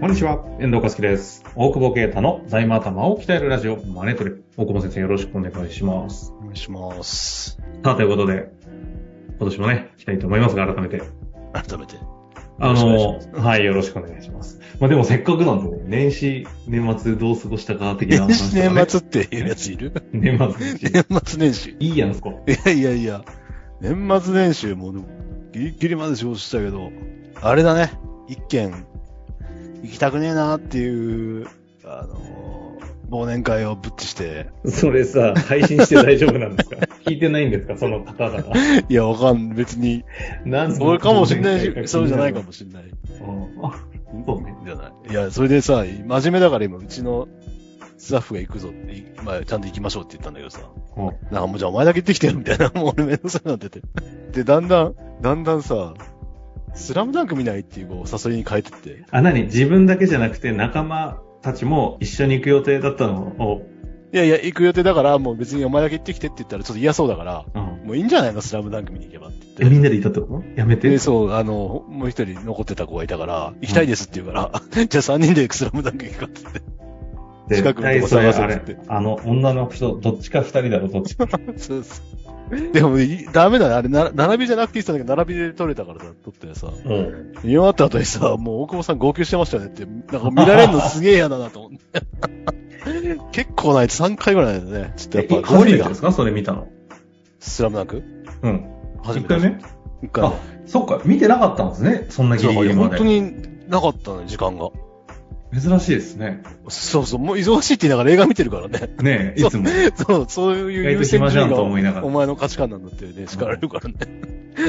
こんにちは、遠藤和樹です。大久保啓太の財務頭を鍛えるラジオ、マネトレ。大久保先生、よろしくお願いします。お願いします。 さあ、ということで、今年もね、来たいと思いますが、改めて。改めて。あよのろしくお願いし、はい、よろしくお願いします。まあでも、せっかくなんでね、年始、年末どう過ごしたか的な年話始とかね、年末っていうやついる年末年始。 年末年始。いいやん、そこ。いやいやいや。年末年始もうでもギリギリまで仕事したけど、あれだね。一件、行きたくねえなっていう、あのー忘年会をぶっちして、それさ、配信して大丈夫なんですか 聞いてないんですかその方 々。いや、わかん、別に、なんそれかもしんないし、そうじゃないかもしんない。うんあそうね。じゃない。いや、それでさ、真面目だから今、うちのスタッフが行くぞって、いまあ、ちゃんと行きましょうって言ったんだけどさ。うんなんかもうじゃあお前だけ行ってきてよみたいな、も う俺めんどくさくなってて。で、だんだん、だんだんさ、スラムダンク見ないっていうこう誘いに変えてって。あ、何自分だけじゃなくて仲間たちも一緒に行く予定だったのを、いやいや、行く予定だから、もう別にお前だけ行ってきてって言ったらちょっと嫌そうだから、うん。もういいんじゃないのスラムダンク見に行けばってえ言って。みんなでいたってことやめてで、。そう、あの、もう一人残ってた子がいたから、行きたいですって言うから、じゃあ三人でスラムダンク行くかって近くのとこ探そうあっつっれて、あの、女の人、どっちか二人だろ、どっちか。言って。そうそう。でも、いダメだね。あれ、な並びじゃなくていいって言ってたんだけど、並びで撮れたからさ、撮ってさ。うん。見終わった後にさ、もう大久保さん号泣してましたねって、なんか見られるのすげえ嫌だなと思って。結構ない、3回ぐらいだよね。ちょっとやっぱ、ゴ初リめてがで、すかそれ見たの。スラムダンクうん。初め一て回です。目一回あ、そっか、見てなかったんですね。そんなギリギ目。リま本当で。になかったね、時間が。珍しいですね。そうそう、もう忙しいって言いながら映画見てるからね。 ねえ、いつも。そう、そういう意外と暇じゃんと思いながらお前の価値観なんだってね、叱られるからね。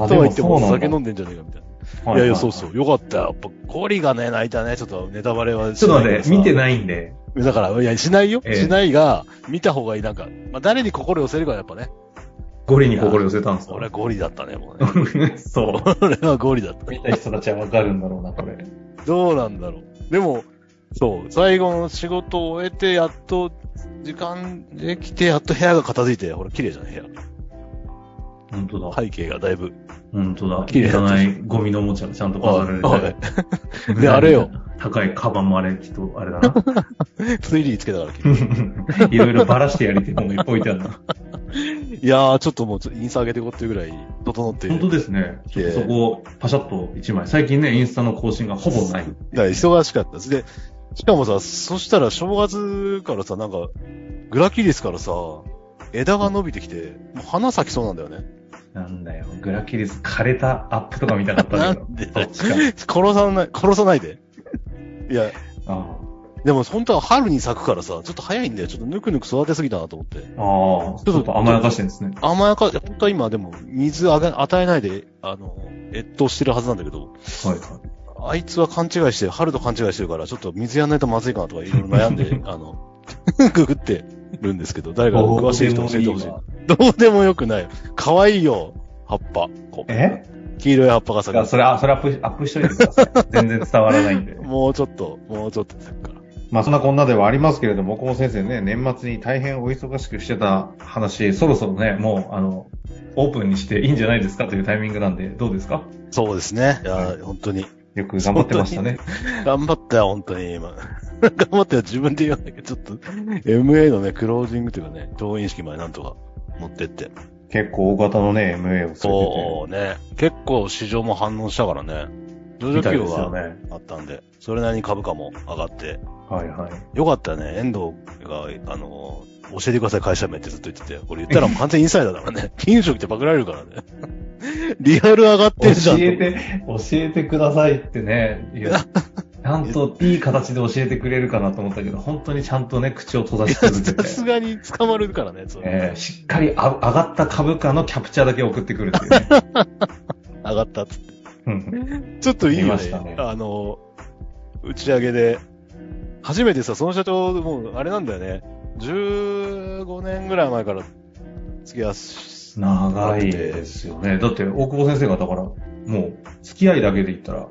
あとは言っても、酒飲んんでんじゃねえかみたいな。はいやいいや、そうそう。よかった。やっぱ、ゴリがね、泣いたね。ちょっとネタバレはちょっと待って、見ていないんで。だから、いや、しないよ。ええしないが、見た方がいい。なんか、まあ、誰に心寄せるかやっぱね。ゴリに心寄せたんですか俺はゴリだったね、もうね。 そう。俺はゴリだっ た。見た人たちはわかるんだろうな、これ。どうなんだろう。でも、そう、最後の仕事を終えて、やっと、時間できて、やっと部屋が片付いて、ほら、綺麗じゃない部本当だ。屋。背景がだいぶ。本当だ。綺麗だ汚ったいゴミのおもちゃがちゃんと飾られて。 はいであれよ。 高いカバンもあれ、きっと、あれだな。 推理つけたから、君いろいろばらしてやりてるのがいっぱい置いてあるな。いやー、ちょっともう、ちょっとインスタ上げてこっていうぐらい、整ってい本る。当ですね。いやそこをパシャッと一枚。最近ね、インスタの更新がほぼない。だから忙しかったです。で、しかもさ、そしたら正月からさ、なんか、グラキリスからさ、枝が伸びてきて、もう花咲きそうなんだよね。なんだよ。グラキリス枯れたアップとか見たかったけど。なんでだどよっちか。殺さない、殺さないで。いや、あでも本当は春に咲くからさ、ちょっと早いんだよ。ちょっとぬくぬく育てすぎたなと思って。あ。ああ。ちょっと甘やかしてるんですね。甘やか、本当は今でも水あげ、与えないで、あの、越冬してるはずなんだけど、はいはあいつは勘違いして、春と勘違いしてるから、ちょっと水やんないとまずいかなとかいろいろ悩んで、あの、 ググってるんですけど、誰い。か詳しい人教えてほしい。 どうでもよくない。可愛いよ、葉っぱ。こうえ黄色い葉っぱがだ咲く。それ、あ、それアップ、アップしといてください。全然伝わらないんで。もうちょっと、もうちょっと咲くから。まあそんなこんなではありますけれども、大久保先生ね、年末に大変お忙しくしてた話、そろそろね、もう、あの、オープンにしていいんじゃないですかというタイミングなんで、どうですかそうですね。いや、本当に。よく頑張ってましたね。頑張ったよ、本当に今。 頑張ったよ、自分で言わなきゃ。ちょっと、MA のね、クロージングというかね、動員式までなんとか持ってって。結構大型のね、MA をされてそうね。結構市場も反応したからね。上て。み場たい企で業すよがね。あったんで、それなりに株価も上がって。はいはい。よかったね、遠藤が、あの、教えてください、会社名ってずっと言ってて。これ言ったらもう完全インサイダーだからね。 金融職ってパクられるからね。 リアル上がっ教てるじゃんと。えて、教えてくださいってね、い やちゃんといい形で教えてくれるかなと思ったけど、本当にちゃんとね、口を閉ざし続けさ てす。がに捕まるからね、そうえーしっかりあ上がった株価のキャプチャーだけ送ってくるっていう ね。上がったっつって。うんちょっといい見よましね。たねあの、打ち上げで、初めてさ、その社長、もう、あれなんだよね。15年ぐらい前から付き合わせ長いですよね。だって、大久保先生がだから、もう、付き合いだけで言ったら、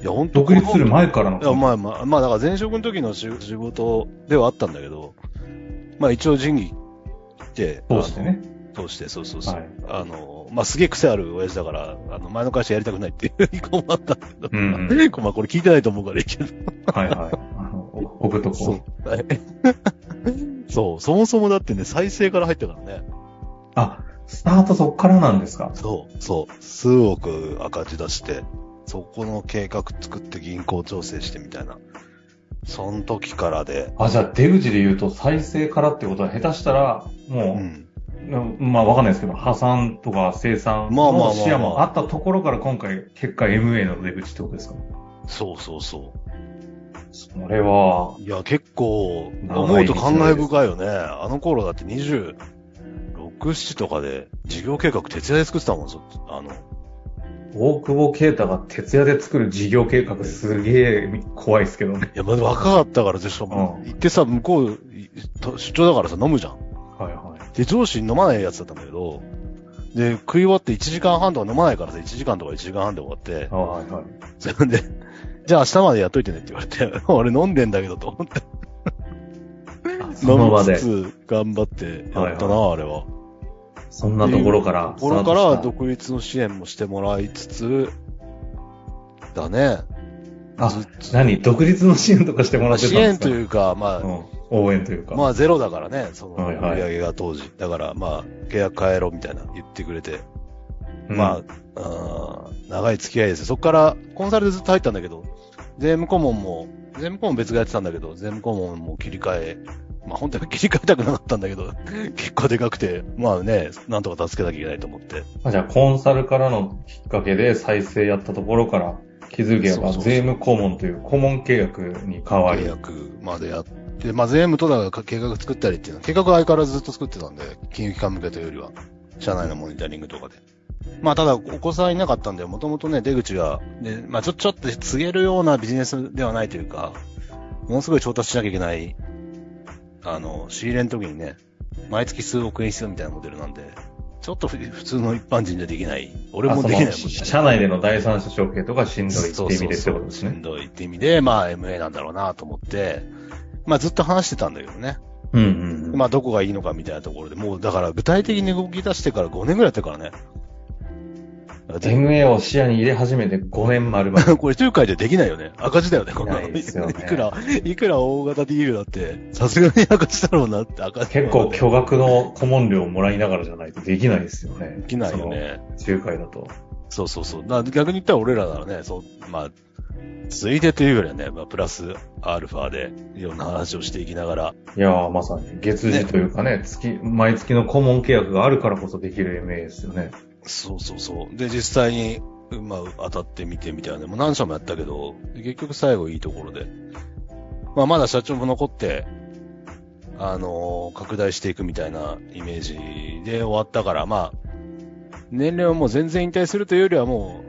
いや、本当独立する前からのいや、まあまあ、まあだから前職の時の仕仕事ではあったんだけど、まあ一応人事って、通してね。あの。通して、そうそうそう。はい。あの、の、まあ、すげえ癖ある親父だから、あの、前の会社やりたくないっていう意向もあったんだけど、うんうんまあまあこれ聞いてないと思うからいいけど。はいはい。 あの、お置くとこ。う。はい そう、そもそもだってね、再生から入ったからね。あ、スタートそっからなんですかそう、そう、数億赤字出して、そこの計画作って銀行調整してみたいな。その時からで、あ、じゃあ出口で言うと再生からってことは下手したら、うもん。う、まあわかんないですけど、破産とか生産まあまあまあの視野もあったところから今回、結果 MA の出口ってことですかそうそうそそれは、う。いや、結構、長い思うと感慨深いよね。あの頃だって26、7とかで事業計画徹夜で作ってたもん、そあの、大久保啓太が徹夜で作る事業計画すげえ怖いですけどね。いや、まだ若かったからでしょ、もううん行ってさ、向こう、いと出張だからさ、飲むじゃん。はいはい。で、上司に飲まないやつだったんだけど、で、食い終わって1時間半とか飲まないからさ、1時間とか1時間半で終わって、あはいはい。それで、じゃあ明日までやっといてねって言われて、 俺飲んでんだけどと思って、あそ飲の場みでつ、つ頑張ってやったな、あれは。そんなところからスタとこーろトした。から独立の支援もしてもらいつつ、だね。あ、何独立の支援とかしてもらってた支んで援すかというか、まあ、うん、応援というか。まあゼロだからね、そのは売いはいり上げが当時。だからまあ、契約変えろみたいな言ってくれて。うんまあ、あー長い付き合いですよ。そこからコンサルでずっと入ったんだけど、税務顧問も、税務顧問別がやってたんだけど、税務顧問も切り替え、まあ本当は切り替えたくなかったんだけど、 結構でかくて、まあね、なんとか助けなきゃいけないと思って。あじゃあ、コンサルからのきっかけで再生やったところから気づけそうば、そうそう税務顧問という顧問契約に変わ契り。約までやって、まあ税務とだから計画作ったりっていうのは、計画は相変わらずずっと作ってたんで、金融機関向けというよりは、社内のモニタリングとかで。まあただ、お子さんいなかったんで、もともとね、出口が、で、まあちょ、ちょっと告げるようなビジネスではないというか、ものすごい調達しなきゃいけない、あの、仕入れの時にね、毎月数億円必要みたいなモデルなんで、ちょっとふ普通の一般人じゃできない、俺もできないあもんそねの社内での第三者承継とかしんどいってそう意味でってことですしんね。どいって意味で、まあ MA なんだろうなと思って、まあずっと話してたんだけどね。うんうんうん。まあどこがいいのかみたいなところで、もうだから具体的に動き出してから5年ぐらいやってるからね。全 MA を視野に入れ始めて5年丸々。 これ仲介じゃできないよね。赤字だよね、こんなの。ないですよね いくら、いくら大型ディールだって、さすがに赤字だろうなって赤字。結構巨額の顧問料をもらいながらじゃないとできないですよね。できないよね。その。仲介だと。そうそうそう。な逆に言ったら俺らならね、そう、まあ、ついでというよりはね、まあ、プラスアルファでいろんな話をしていきながら、いやー、まさに月次というかね、月、毎月の顧問契約があるからこそできる MA ですよね。そうそうそう。で、実際に、まあ、当たってみてみたいな。もう何社もやったけど、結局最後いいところで。まあ、まだ社長も残って、あのー拡大していくみたいなイメージで終わったから、まあ、年齢はもう全然引退するというよりはも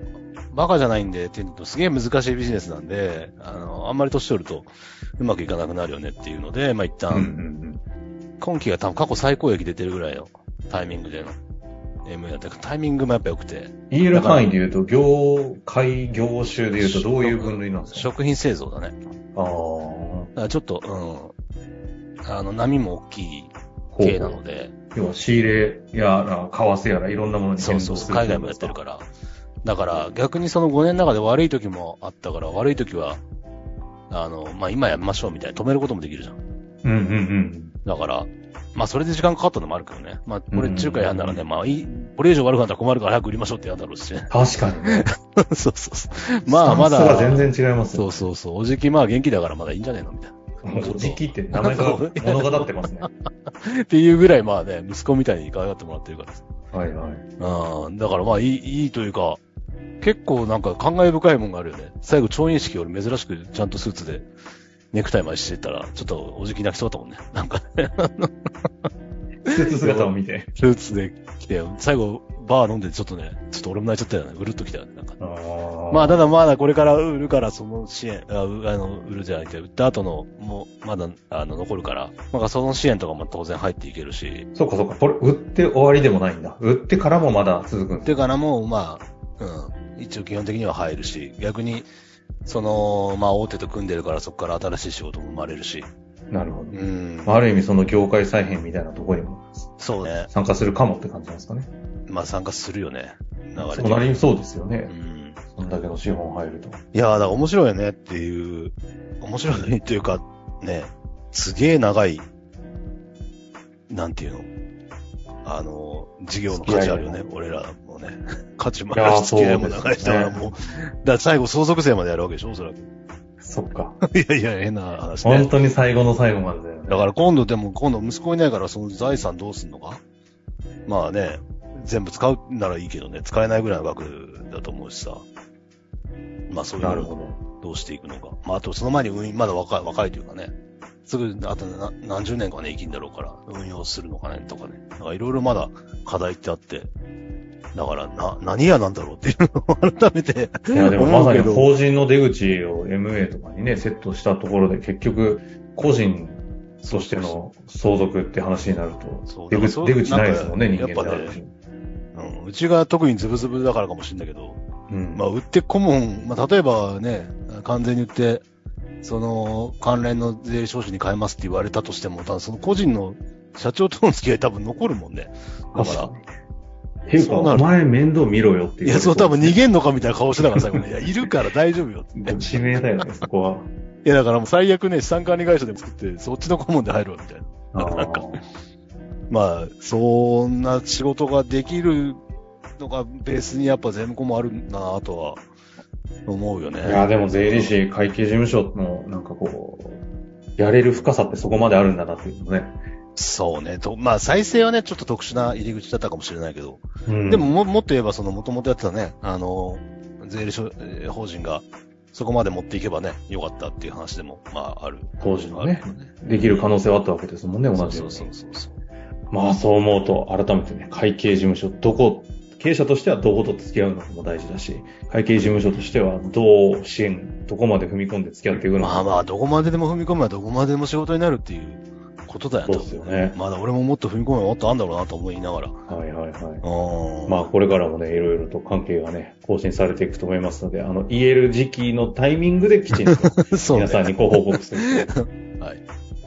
う、バカじゃないんで、っていうのと、すげえ難しいビジネスなんで、あのーあんまり年取ると、うまくいかなくなるよねっていうので、まあ一うん旦、うんうん。今期が多分過去最高益出てるぐらいのタイミングでの M だったからタイミングもやっぱ良くて、言える範囲で言うと、業界、業種で言うとどういう分類なんですか食品製造だね。ああ。ほだからちょっと、うん。あの、波も大きいう系なので、要は仕入れやら、為替やら、いろんなものにそう変そ動うすそる。う、海外もやってるから。だから逆にその5年の中で悪い時もあったから、悪い時は、あの、まあ、今やめましょうみたいな止めることもできるじゃん。ら。うんうんだから、まあ、それで時間かかったのもあるけどね。まあ、こうれん中華やんならね、まあ、いい、これ以上悪くなったら困るから早く売りましょうってやんだろうしね。う ん。確かにね。そうそうそう。まあ、まだ。スタンスは全然違いますそよ。うそうそう。おじき、まあ元気だからまだいいんじゃねえのみたいもそううおじきって名前がそう物語ってますね。な。っていうぐらい、まあね、息子みたいに可愛がってもらってるからです。はいはい。うん。だからまあいい、いいというか、結構なんか感慨深いもんがあるよね。最後、調印式俺珍しくちゃんとスーツで、ネクタイまでしてたら、ちょっとおじき泣きそうだったもんね。なんかね、スーツ姿を見て。スーツで来て、最後、バー飲んでちょっとね、ちょっと俺も泣いちゃったよね。うるっと来たよね。なんか。ああ。まあ、ただまだこれから売るから、その支援、あうあの、売るじゃなくて、売った後の、もう、まだ、あの、残るから、なんかその支援とかも当然入っていけるし、そうかそうか。これ、売って終わりでもないんだ。売ってからもまだ続くんっでていうかな、もう、まあ、うん、一応基本的には入るし、逆に、その、まあ、大手と組んでるから、そこから新しい仕事も生まれるし、す。なるほど。うん、まあある意味その業界再編みたいなところにもそうね。参加するかもって感じなんですかね。まあ参加するよね。流れそうてなりそうですようね。ん。そんだけの資本入ると。いやー、だから面白いよねっていう、面白いっていうか、ね、すげえ長い、なんていうの、あの、事業の価値あるよね、俺らもね。 価値もあるし、付き合いも長いし、だからもう、だから最後相続税までやるわけでしょ、おそらく。そっか。いやいや、変な話ね。本当に最後の最後までだよ ね。だから今度でも今度息子いないからその財産どうすんのかまあね、全部使うならいいけどね、使えないぐらいの額だと思うしさ。まあそういうなるのほをど。どうしていくのか。まああとその前に運まだ若い、若いというかね、すぐ、あとな何十年かね、生きんだろうから、運用するのかね、とかね。なんかいろいろまだ課題ってあって、だからな、何やなんだろうっていうのを改めていや、でもま思さうにけど法人の出口を MA とかにね、セットしたところで結局、個人としての相続って話になるそと、う出口そう出口ないですもんね、なん人か間であやるっぱし。うん、うちが特にズブズブだからかもしれないけど、うんまあ、売って顧問、まあ、例えばね、完全に売って、その関連の税理商紙に変えますって言われたとしても、ただその個人の社長との付き合い多分残るもんね。だから、ていうか、そうおなる前面倒見ろよっていう。いや、そう多分逃げんのかみたいな顔してた から最後ね、いや、いるから大丈夫よって。致命だよね、そこは。いや、だからもう最悪ね、資産管理会社でも作って、そっちの顧問で入るわみたいな。あー なんかまあ、そんな仕事ができるのがベースにやっぱ税務顧問あるなぁとは思うよね。いや、でも税理士、会計事務所の、なんかこう、やれる深さってそこまであるんだなっていうのね。そうね。と、まあ、再生はね、ちょっと特殊な入り口だったかもしれないけど、うんでも、も、もっと言えば、その、もともとやってたね、あの、税理所、えー法人が、そこまで持っていけばね、よかったっていう話でも、まあ、ある。当時のねあるよねできる可能性はあったわけですもんね、同じよそうにそうそうそうそう。まあそう思うと、改めてね、会計事務所、どこ、経営者としてはどこと付き合うのかも大事だし、会計事務所としてはどう支援、どこまで踏み込んで付き合っていくのまあか。まあ、どこまででも踏み込めば、どこまででも仕事になるっていうことだよそうですよねまだ俺ももっと踏み込めばもっとあんだろうなと思いながら。はいはいはい。うん。まあこれからもね、いろいろと関係がね、更新されていくと思いますので、あの、言える時期のタイミングできちんとあ、 そう皆さんね。にご報告すると。 はい。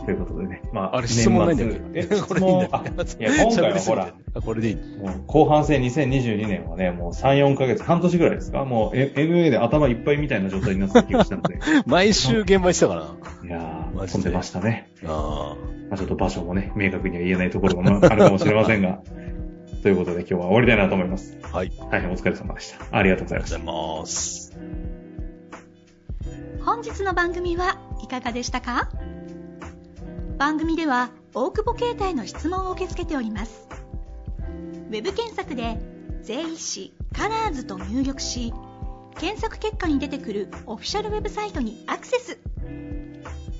ということでね。まあ、あれ質問ないんだ年よ末ね。え、 こ質 れいい問、あんだよね、いや、今回はほ喋りらすぎ、て。あこれでいい。もう後半戦2022年はね、もう3、4ヶ月、半年ぐらいですかもう、え MA で頭いっぱいみたいな状態になってた気がしたの で。毎週現場行ってたからな。いやマー、ジで飛んでましたね。ああ。まあ、ちょっと場所もね、明確には言えないところがま ああるかもしれませんが。ということで今日は終わりたいなと思います。はい。大変お疲れ様でした。ありがとうございあまりがしたと。うございます。本日の番組はいかがでしたか番組では大久保携帯の質問を受け付けておりますウェブ検索で「税理士カラーズと入力し検索結果に出てくるオフィシャルウェブサイトにアクセス